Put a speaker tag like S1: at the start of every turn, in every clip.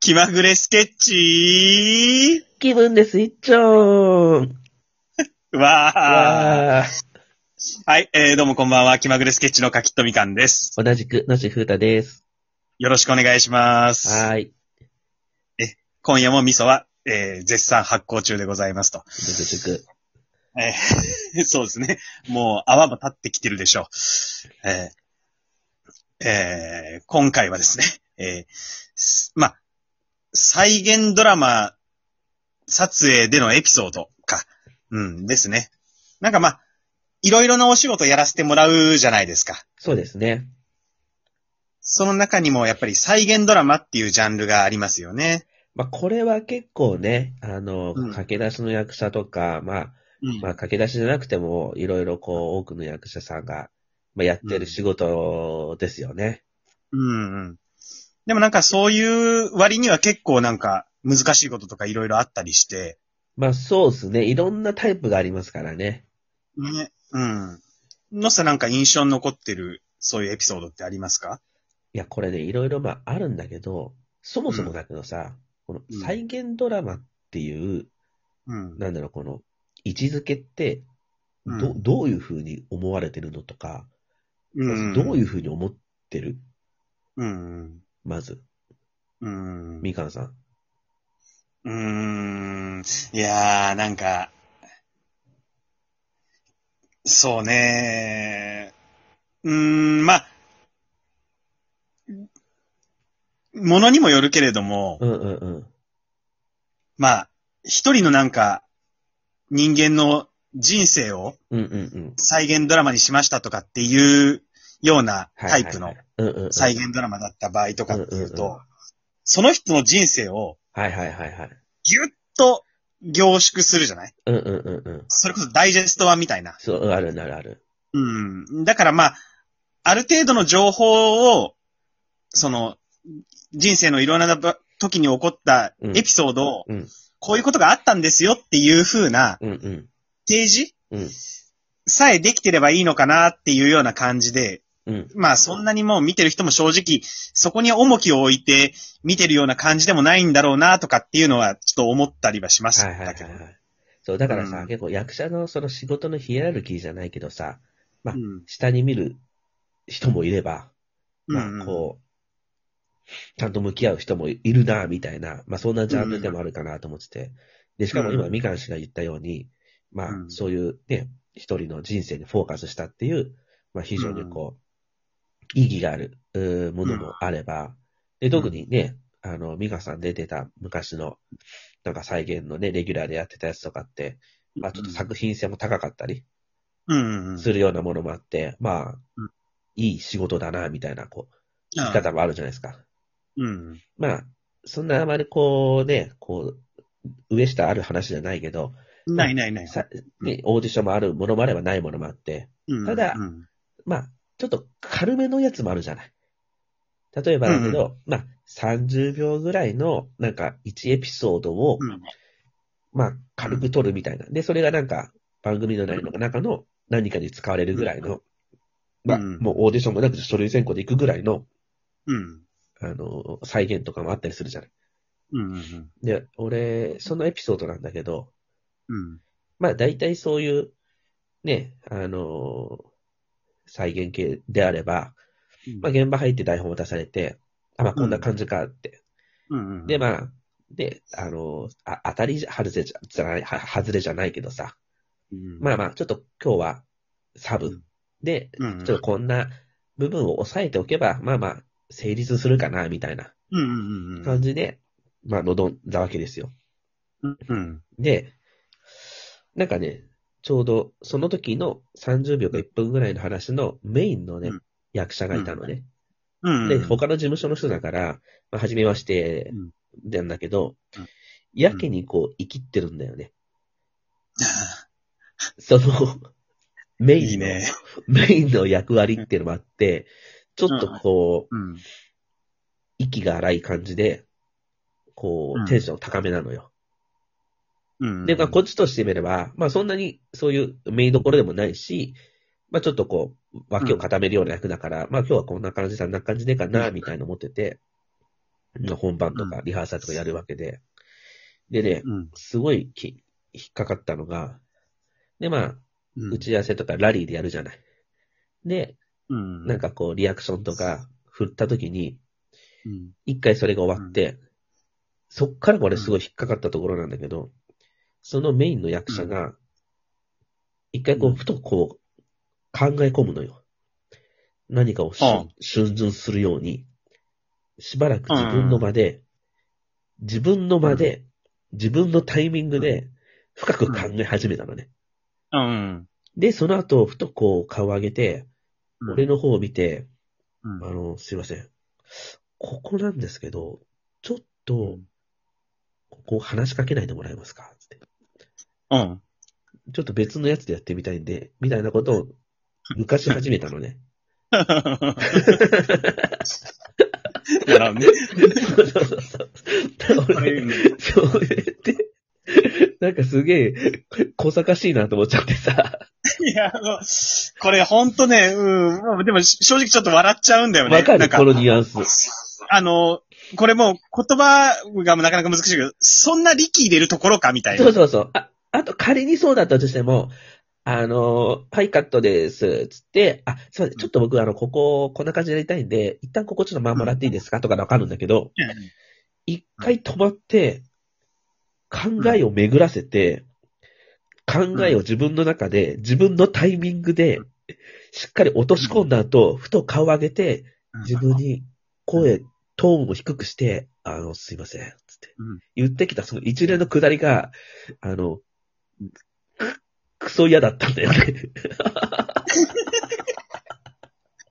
S1: 気まぐれスケッチ
S2: 気分です、いっちょーん。
S1: ーわー
S2: ああ。
S1: はい、えー、どうもこんばんは。気まぐれスケッチのかきっとみかんです。
S2: 同じく、のしふうたです。
S1: よろしくお願いします。
S2: はーい。
S1: 今夜も味噌は、えー、絶賛発酵中でございますと。
S2: ちくちく。
S1: えー そうですね。もう泡も立ってきてるでしょう。えーえー今回はですね、えーすまあ、再現ドラマ撮影でのエピソードか。うんですね。なんかまあ、いろいろなお仕事やらせてもらうじゃないですか。
S2: そうですね。
S1: その中にもやっぱり再現ドラマっていうジャンルがありますよね。
S2: まあ、これは結構ね、あの、
S1: うん
S2: 駆け出しの役者とか、まあ、
S1: うん
S2: まあ、駆け出しじゃなくても、いろいろこう、多くの役者さんが、まあ、やってる仕事ですよね。
S1: うんうん。でもなんかそういう割には結構なんか難しいこととかいろいろあったりして、
S2: まあ、そうですね。いろんなタイプがありますからね。
S1: ね。うん。のさ、なんか印象に残ってる、そういうエピソードってありますか
S2: いや、これね、いろいろまあ、あるんだけど、そもそもだけどさ、こ
S1: うん
S2: の再現ドラマっていう、
S1: うん。
S2: なんだろう、この位置づけって、ど、
S1: うん
S2: どういうふうに思われてるのとか、ま
S1: う
S2: ず
S1: ん。
S2: どういううふうに思ってる
S1: うん。
S2: まず、
S1: うん。
S2: みかんさん。
S1: うん。いやー、なんか、そうねー。うーん、まあ、ものにもよるけれども
S2: う、んうんうん。
S1: まあ、一人のなんか、人間の人生を
S2: うんうんうん。
S1: 再現ドラマにしましたとかっていうような
S2: はい
S1: タイプの。
S2: うんうんうん。
S1: 再現ドラマだった場合とかっていう
S2: うんうんうん
S1: と、その人の人生を
S2: はいはいはいはい。
S1: ぎゅっと凝縮するじゃない
S2: うんうんうんうん。
S1: それこそダイジェスト版みたいな。
S2: そう、うんあるあるある。
S1: うん。だからまあ、ある程度の情報を、その、人生のいろんなば時に起こった
S2: うん
S1: エピソードを、
S2: うん
S1: こういうことがあったんですよっていう風な
S2: うんうん。
S1: 提示
S2: うん
S1: さえできてればいいのかなっていうような感じで、
S2: うん。
S1: まあそんなにもう見てる人も正直、そこに重きを置いて見てるような感じでもないんだろうなとかっていうのはちょっと思ったりはしまし
S2: はいはいは
S1: た
S2: い
S1: けど。
S2: はい。そう、だからさ、
S1: うん
S2: 結構役者のその仕事のヒエラルキーじゃないけどさ、は
S1: う
S2: い
S1: ん
S2: 下に見る人もいれば、
S1: うん
S2: まあ、こう、ちゃんと向き合う人もいるな、みたいな、まあ、そんなジャンルでもあるかなと思ってて。で、しかも
S1: う
S2: 今、
S1: ん
S2: みかん氏が言ったように、まあ
S1: う、ん
S2: そういうね、一人の人生にフォーカスしたっていう、まあ、非常にこう、意義がある、うーものもあれば、で、特にね、あの、ミカさん出てた昔の、なんか再現のね、レギュラーでやってたやつとかって、まあ、ちょっと作品性も高かったり、
S1: うんうん。
S2: するようなものもあって、まあ
S1: うん、
S2: いい仕事だな、みたいな、こ
S1: う
S2: う、
S1: ん
S2: 生き方もあるじゃないですか。
S1: うん。
S2: まあ、そんなあまりこうね、こう、上下ある話じゃないけど、
S1: ないないない。
S2: さね、オーディションもあるものもあればないものもあって、
S1: うん
S2: ただ
S1: うん
S2: まあ、ちょっと軽めのやつもあるじゃない。例えばだけど、まあ、30秒ぐらいの、なんか、1エピソードを、
S1: うん
S2: まあ、軽く撮るみたいな。で、それがなんか、番組の内容の中の何かに使われるぐらいの、まあ、
S1: うん
S2: もうオーディションもなくて書類選考で行くぐらいの、
S1: うん。
S2: あの、再現とかもあったりするじゃない。
S1: うんうん
S2: で、俺、そのエピソードなんだけど、
S1: うん。
S2: まあ、大体そういう、ね、あの、再現系であれば、
S1: うん
S2: まあ、現場入って台本渡されて、あ、まあ、こんな感じかって。
S1: うんうん。
S2: で、まあ、で、あの、あ当たり外れじゃじゃない、は外れじゃないけどさ、
S1: うん、
S2: まあまあ、ちょっと今日はサ
S1: う
S2: ブ
S1: ん
S2: で、
S1: うんうん
S2: ちょっとこんな部分を抑えておけば、まあまあ、成立するかな、みたいな
S1: うんうんうん
S2: 感じで、まあ、臨んだわけですよ。
S1: うん。うん。
S2: で、なんかね、ちょうどその時の30秒か1分ぐらいの話のメインのね、
S1: うん
S2: 役者がいたのね。
S1: うん。
S2: で、他の事務所の人だから、まあ、初めまして
S1: うん
S2: なんだけど、
S1: うん
S2: やけにこう、生きってるんだよね。 その、メインの
S1: いいね。
S2: メインの役割っていうのもあって、ちょっとこう、
S1: うん。
S2: 息が荒い感じで、こ
S1: うん
S2: う、テンション高めなのよ。
S1: うん。
S2: で、まあ、こっちとしてみれば、まあ、そんなにそういうメインどころでもないし、まあ、ちょっとこう、脇を固めるような役だから、まあ、今日はこんな感じだ、あんな感じでかな、みたいな思ってて、まあ本番とかリハーサルとかやるわけで。でね、
S1: うん。
S2: すごいき引っかかったのが、で、まあ、
S1: うん
S2: 打ち合わせとかラリーでやるじゃない。で、
S1: うん。
S2: なんかこう、リアクションとか振った時に、
S1: うん、
S2: 一回それが終わって、そっからこれすごい引っかかったところなんだけど、そのメインの役者が、一回こ
S1: う
S2: う、
S1: ん
S2: ふとこう、考え込むのよ。何かをしゅ
S1: うん
S2: 逡巡するように、しばらく自分の場で、自分の場で、自分のタイミングで、深く考え始めたのね。
S1: うん。
S2: で、その後、ふとこう、顔を上げて、
S1: うん
S2: 俺の方を見て、
S1: うん
S2: あの、すいません。ここなんですけど、ちょっ
S1: う
S2: と
S1: ん、
S2: ここ話しかけないでもらえますかつって。
S1: うん。
S2: ちょっと別のやつでやってみたいんで、みたいなことを、昔始めたの ね。
S1: なるほどね。
S2: そうそうそうそう。
S1: あれうん
S2: そうやって、なんかすげえ、小賢しいなと思っちゃってさ、
S1: いや、あのこれほんとね、うん、もうでもし正直ちょっと笑っちゃうんだよね。
S2: わか
S1: な
S2: る
S1: んか
S2: このニュアンス。
S1: あの、これもう言葉がなかなか難しいけど、そんな力入れるところかみたいな。
S2: そうそうそう。あ、あと仮にそうだったとしても、あの、はい、カットです。つって、あ、すいません、ちょっと僕、あの、ここ、こんな感じでやりたいんで、一旦ここちょっとまんまらっていいですかとかでわかるんだけど、一回止まって、考えを巡らせて、考えを自分の中で、自分のタイミングで、しっかり落とし込んだ後、ふと顔を上げて、
S1: うん
S2: 自分に声、トーンを低くして、あの、すいません、つって
S1: うん。
S2: 言ってきたその一連のくだりが、あの
S1: うん、
S2: く、くそ嫌だったんだ よね。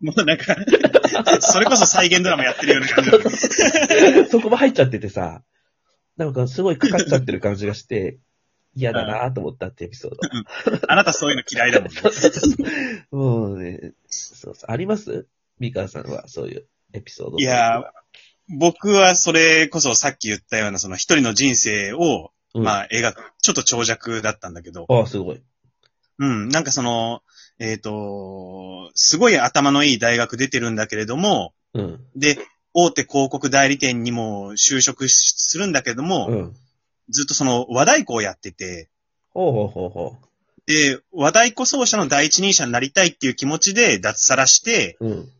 S1: もうなんか、 それこそ再現ドラマやってるような感じ。
S2: そこも入っちゃっててさ、なんかすごいかかっちゃってる感じがして、嫌だなと思ったってエピソード。
S1: あなたそういうの嫌いだもんね。
S2: そうそうそう。 もうね、そうそう。ありますミカさんは、そういうエピソード。
S1: いやー、僕はそれこそさっき言ったような、その一人の人生を、
S2: うん、
S1: まあ描く、ちょっと長尺だったんだけど、
S2: ああ、すごい。
S1: うん、なんかその、えっ、と、すごい頭のいい大学出てるんだけれども、
S2: うん。
S1: で、大手広告代理店にも就職しするんだけども、
S2: うん。
S1: ずっとその和太鼓をやってて、
S2: ほうほうほうほ
S1: で、和太鼓奏者の第一人者になりたいっていう気持ちで脱サラして、
S2: う。うん。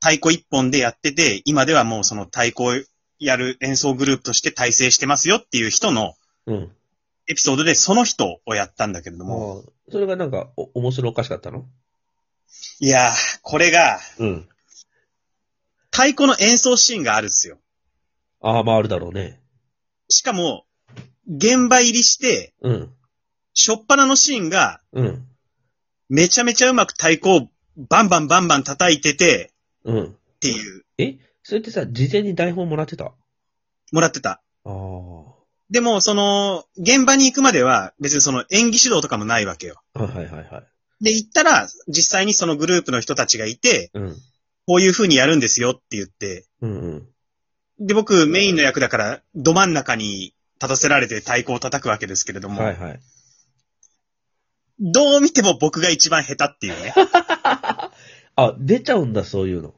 S1: 太鼓一本でやってて、今ではもうその太鼓をやる演奏グループとして体制してますよっていう人の
S2: うん。
S1: エピソードでその人をやったんだけれども、
S2: もう、それがなんか、お、面白おかしかったの
S1: いやー、これが
S2: うん。
S1: 太鼓の演奏シーンがあるんですよ。
S2: ああ、まああるだろうね。
S1: しかも、現場入りして、
S2: うん。
S1: 初っ端のシーンが
S2: うん。
S1: めちゃめちゃうまく太鼓をバンバンバンバン叩いてて、
S2: うん。
S1: っていう、
S2: えそれってさ、事前に台本もらってたあ
S1: もらってた。
S2: あ。は
S1: でも、その、現場に行くまでは、別にその演技指導とかもないわけよ。
S2: いはいはいはい。
S1: で、行ったら、実際にそのグループの人たちがいて、
S2: うん。
S1: こういう風にやるんですよって言って、
S2: うんうん。
S1: で、僕、メインの役だから、ど真ん中に立たせられて太鼓を叩くわけですけれども、
S2: はいはい。
S1: どう見ても僕が一番下手っていうね。
S2: あ、出ちゃうんだ、そういうの。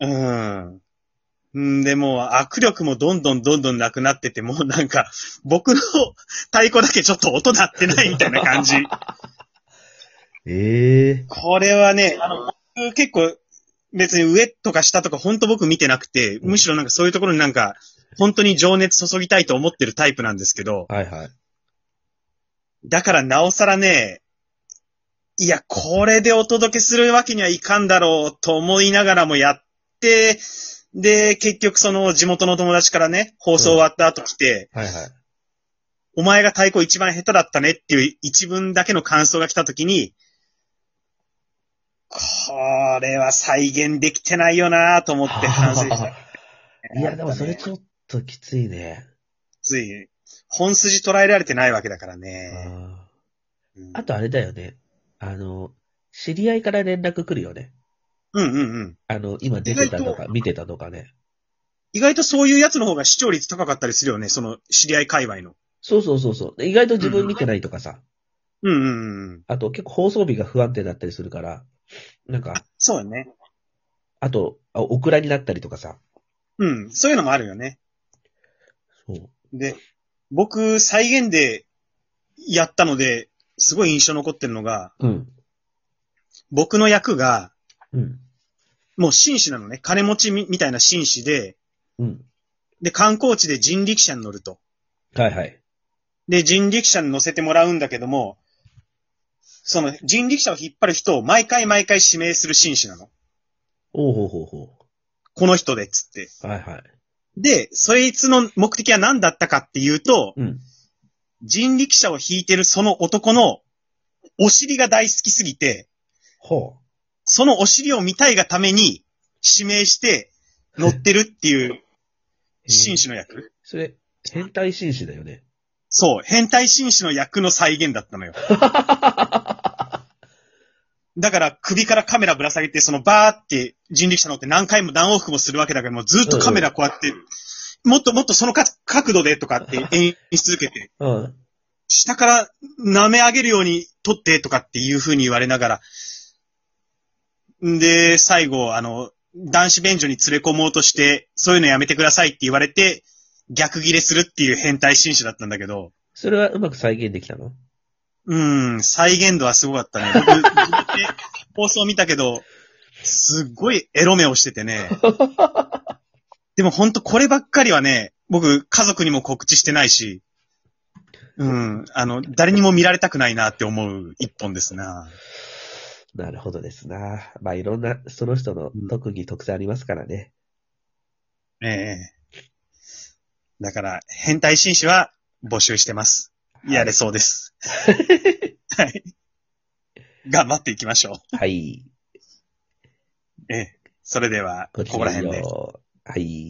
S1: うん。うんで、もう握力もどんどんどんどんなくなってて、もうなんか、 僕の太鼓だけちょっと音鳴ってないみたいな 感じ。
S2: ええ
S1: これはね、あの、僕結構、別に上とか下とか本当僕見てなくて、
S2: うん
S1: むしろなんかそういうところになんか、本当に情熱注ぎたいと思ってるタイプなんですけど、
S2: はいはい。
S1: だからなおさらね、いや、これでお届けするわけにはいかんだろうと思いながらもやって、で、結局その地元の友達からね、放送終わった後来て、
S2: はいはい。
S1: お前が太鼓一番下手だったねっていう一文だけの感想が来た時に、これは再現できてないよなぁと思って反省 した。
S2: いや、でもそれ
S1: やっぱ
S2: ち
S1: ね
S2: ょっときついね。
S1: つい、本筋捉えられてないわけだから
S2: あ
S1: ね。
S2: ー
S1: うん
S2: あとあれだよね。あの、知り合いから連絡来るよね。
S1: うんうんうん。
S2: あの、今出てたとか、見てたとかね。
S1: 意外とそういうやつの方が視聴率高かったりするよね、その知り合い界隈の。
S2: そうそうそうそう。で意外と自分見てないとかさ。
S1: うんうんうん。
S2: あと結構放送日が不安定だったりするから、なんか、
S1: そうだね。
S2: あと、あオクラになったりとかさ。
S1: うん、そういうのもあるよね。
S2: そう。
S1: で、僕、再現でやったので、すごい印象残ってるのが、
S2: うん。
S1: 僕の役が、
S2: うん。
S1: もう紳士なのね。金持ちみみたいな紳士で、
S2: うん。
S1: で、観光地で人力車に乗ると。
S2: はいはい。
S1: で、人力車に乗せてもらうんだけども、その人力車を引っ張る人を毎回毎回指名する紳士なの。
S2: おうほうほうほ
S1: この人でっつって。
S2: う。はいはい。
S1: で、そいつの目的は何だったかっていうと、
S2: うん。
S1: 人力車を引いてるその男のお尻が大好きすぎて、
S2: ほ
S1: そのお尻を見たいがために指名して乗ってるっていう
S2: う。
S1: 紳士
S2: うん
S1: の役。
S2: それ、変態紳士だよね。
S1: そう、変態紳士の役の再現だったのよ。だから首からカメラぶら下げて、そのバーって人力車乗って何回も何往復もするわけだけども、ずっとカメラこうやって、もっともっとそのか角度でとかって演出続けて、
S2: うん。
S1: 下から舐め上げるように撮ってとかっていう風に言われながら、んで、最後、あの、男子便所に連れ込もうとして、そういうのやめてくださいって言われて、逆ギレするっていう変態紳士だったんだけど、
S2: それはうまく再現できたの
S1: うーん、再現度はすごかったね。僕、自 分で放送見たけど、すっごいエロ目をしててね。でもほんとこればっかりはね、僕、家族にも告知してないし、うん、あの、誰にも見られたくないなって思う一本ですな。
S2: なるほどですな。まあいろんな、その人の特技、特性ありますからね。
S1: ええだから、変態紳士は募集してます。やれそうです。はい。頑張っていきましょう。
S2: はい。
S1: ええそれでは、
S2: ご
S1: こ
S2: き
S1: こ
S2: げ
S1: ら
S2: ん
S1: 辺で。
S2: よう。はい。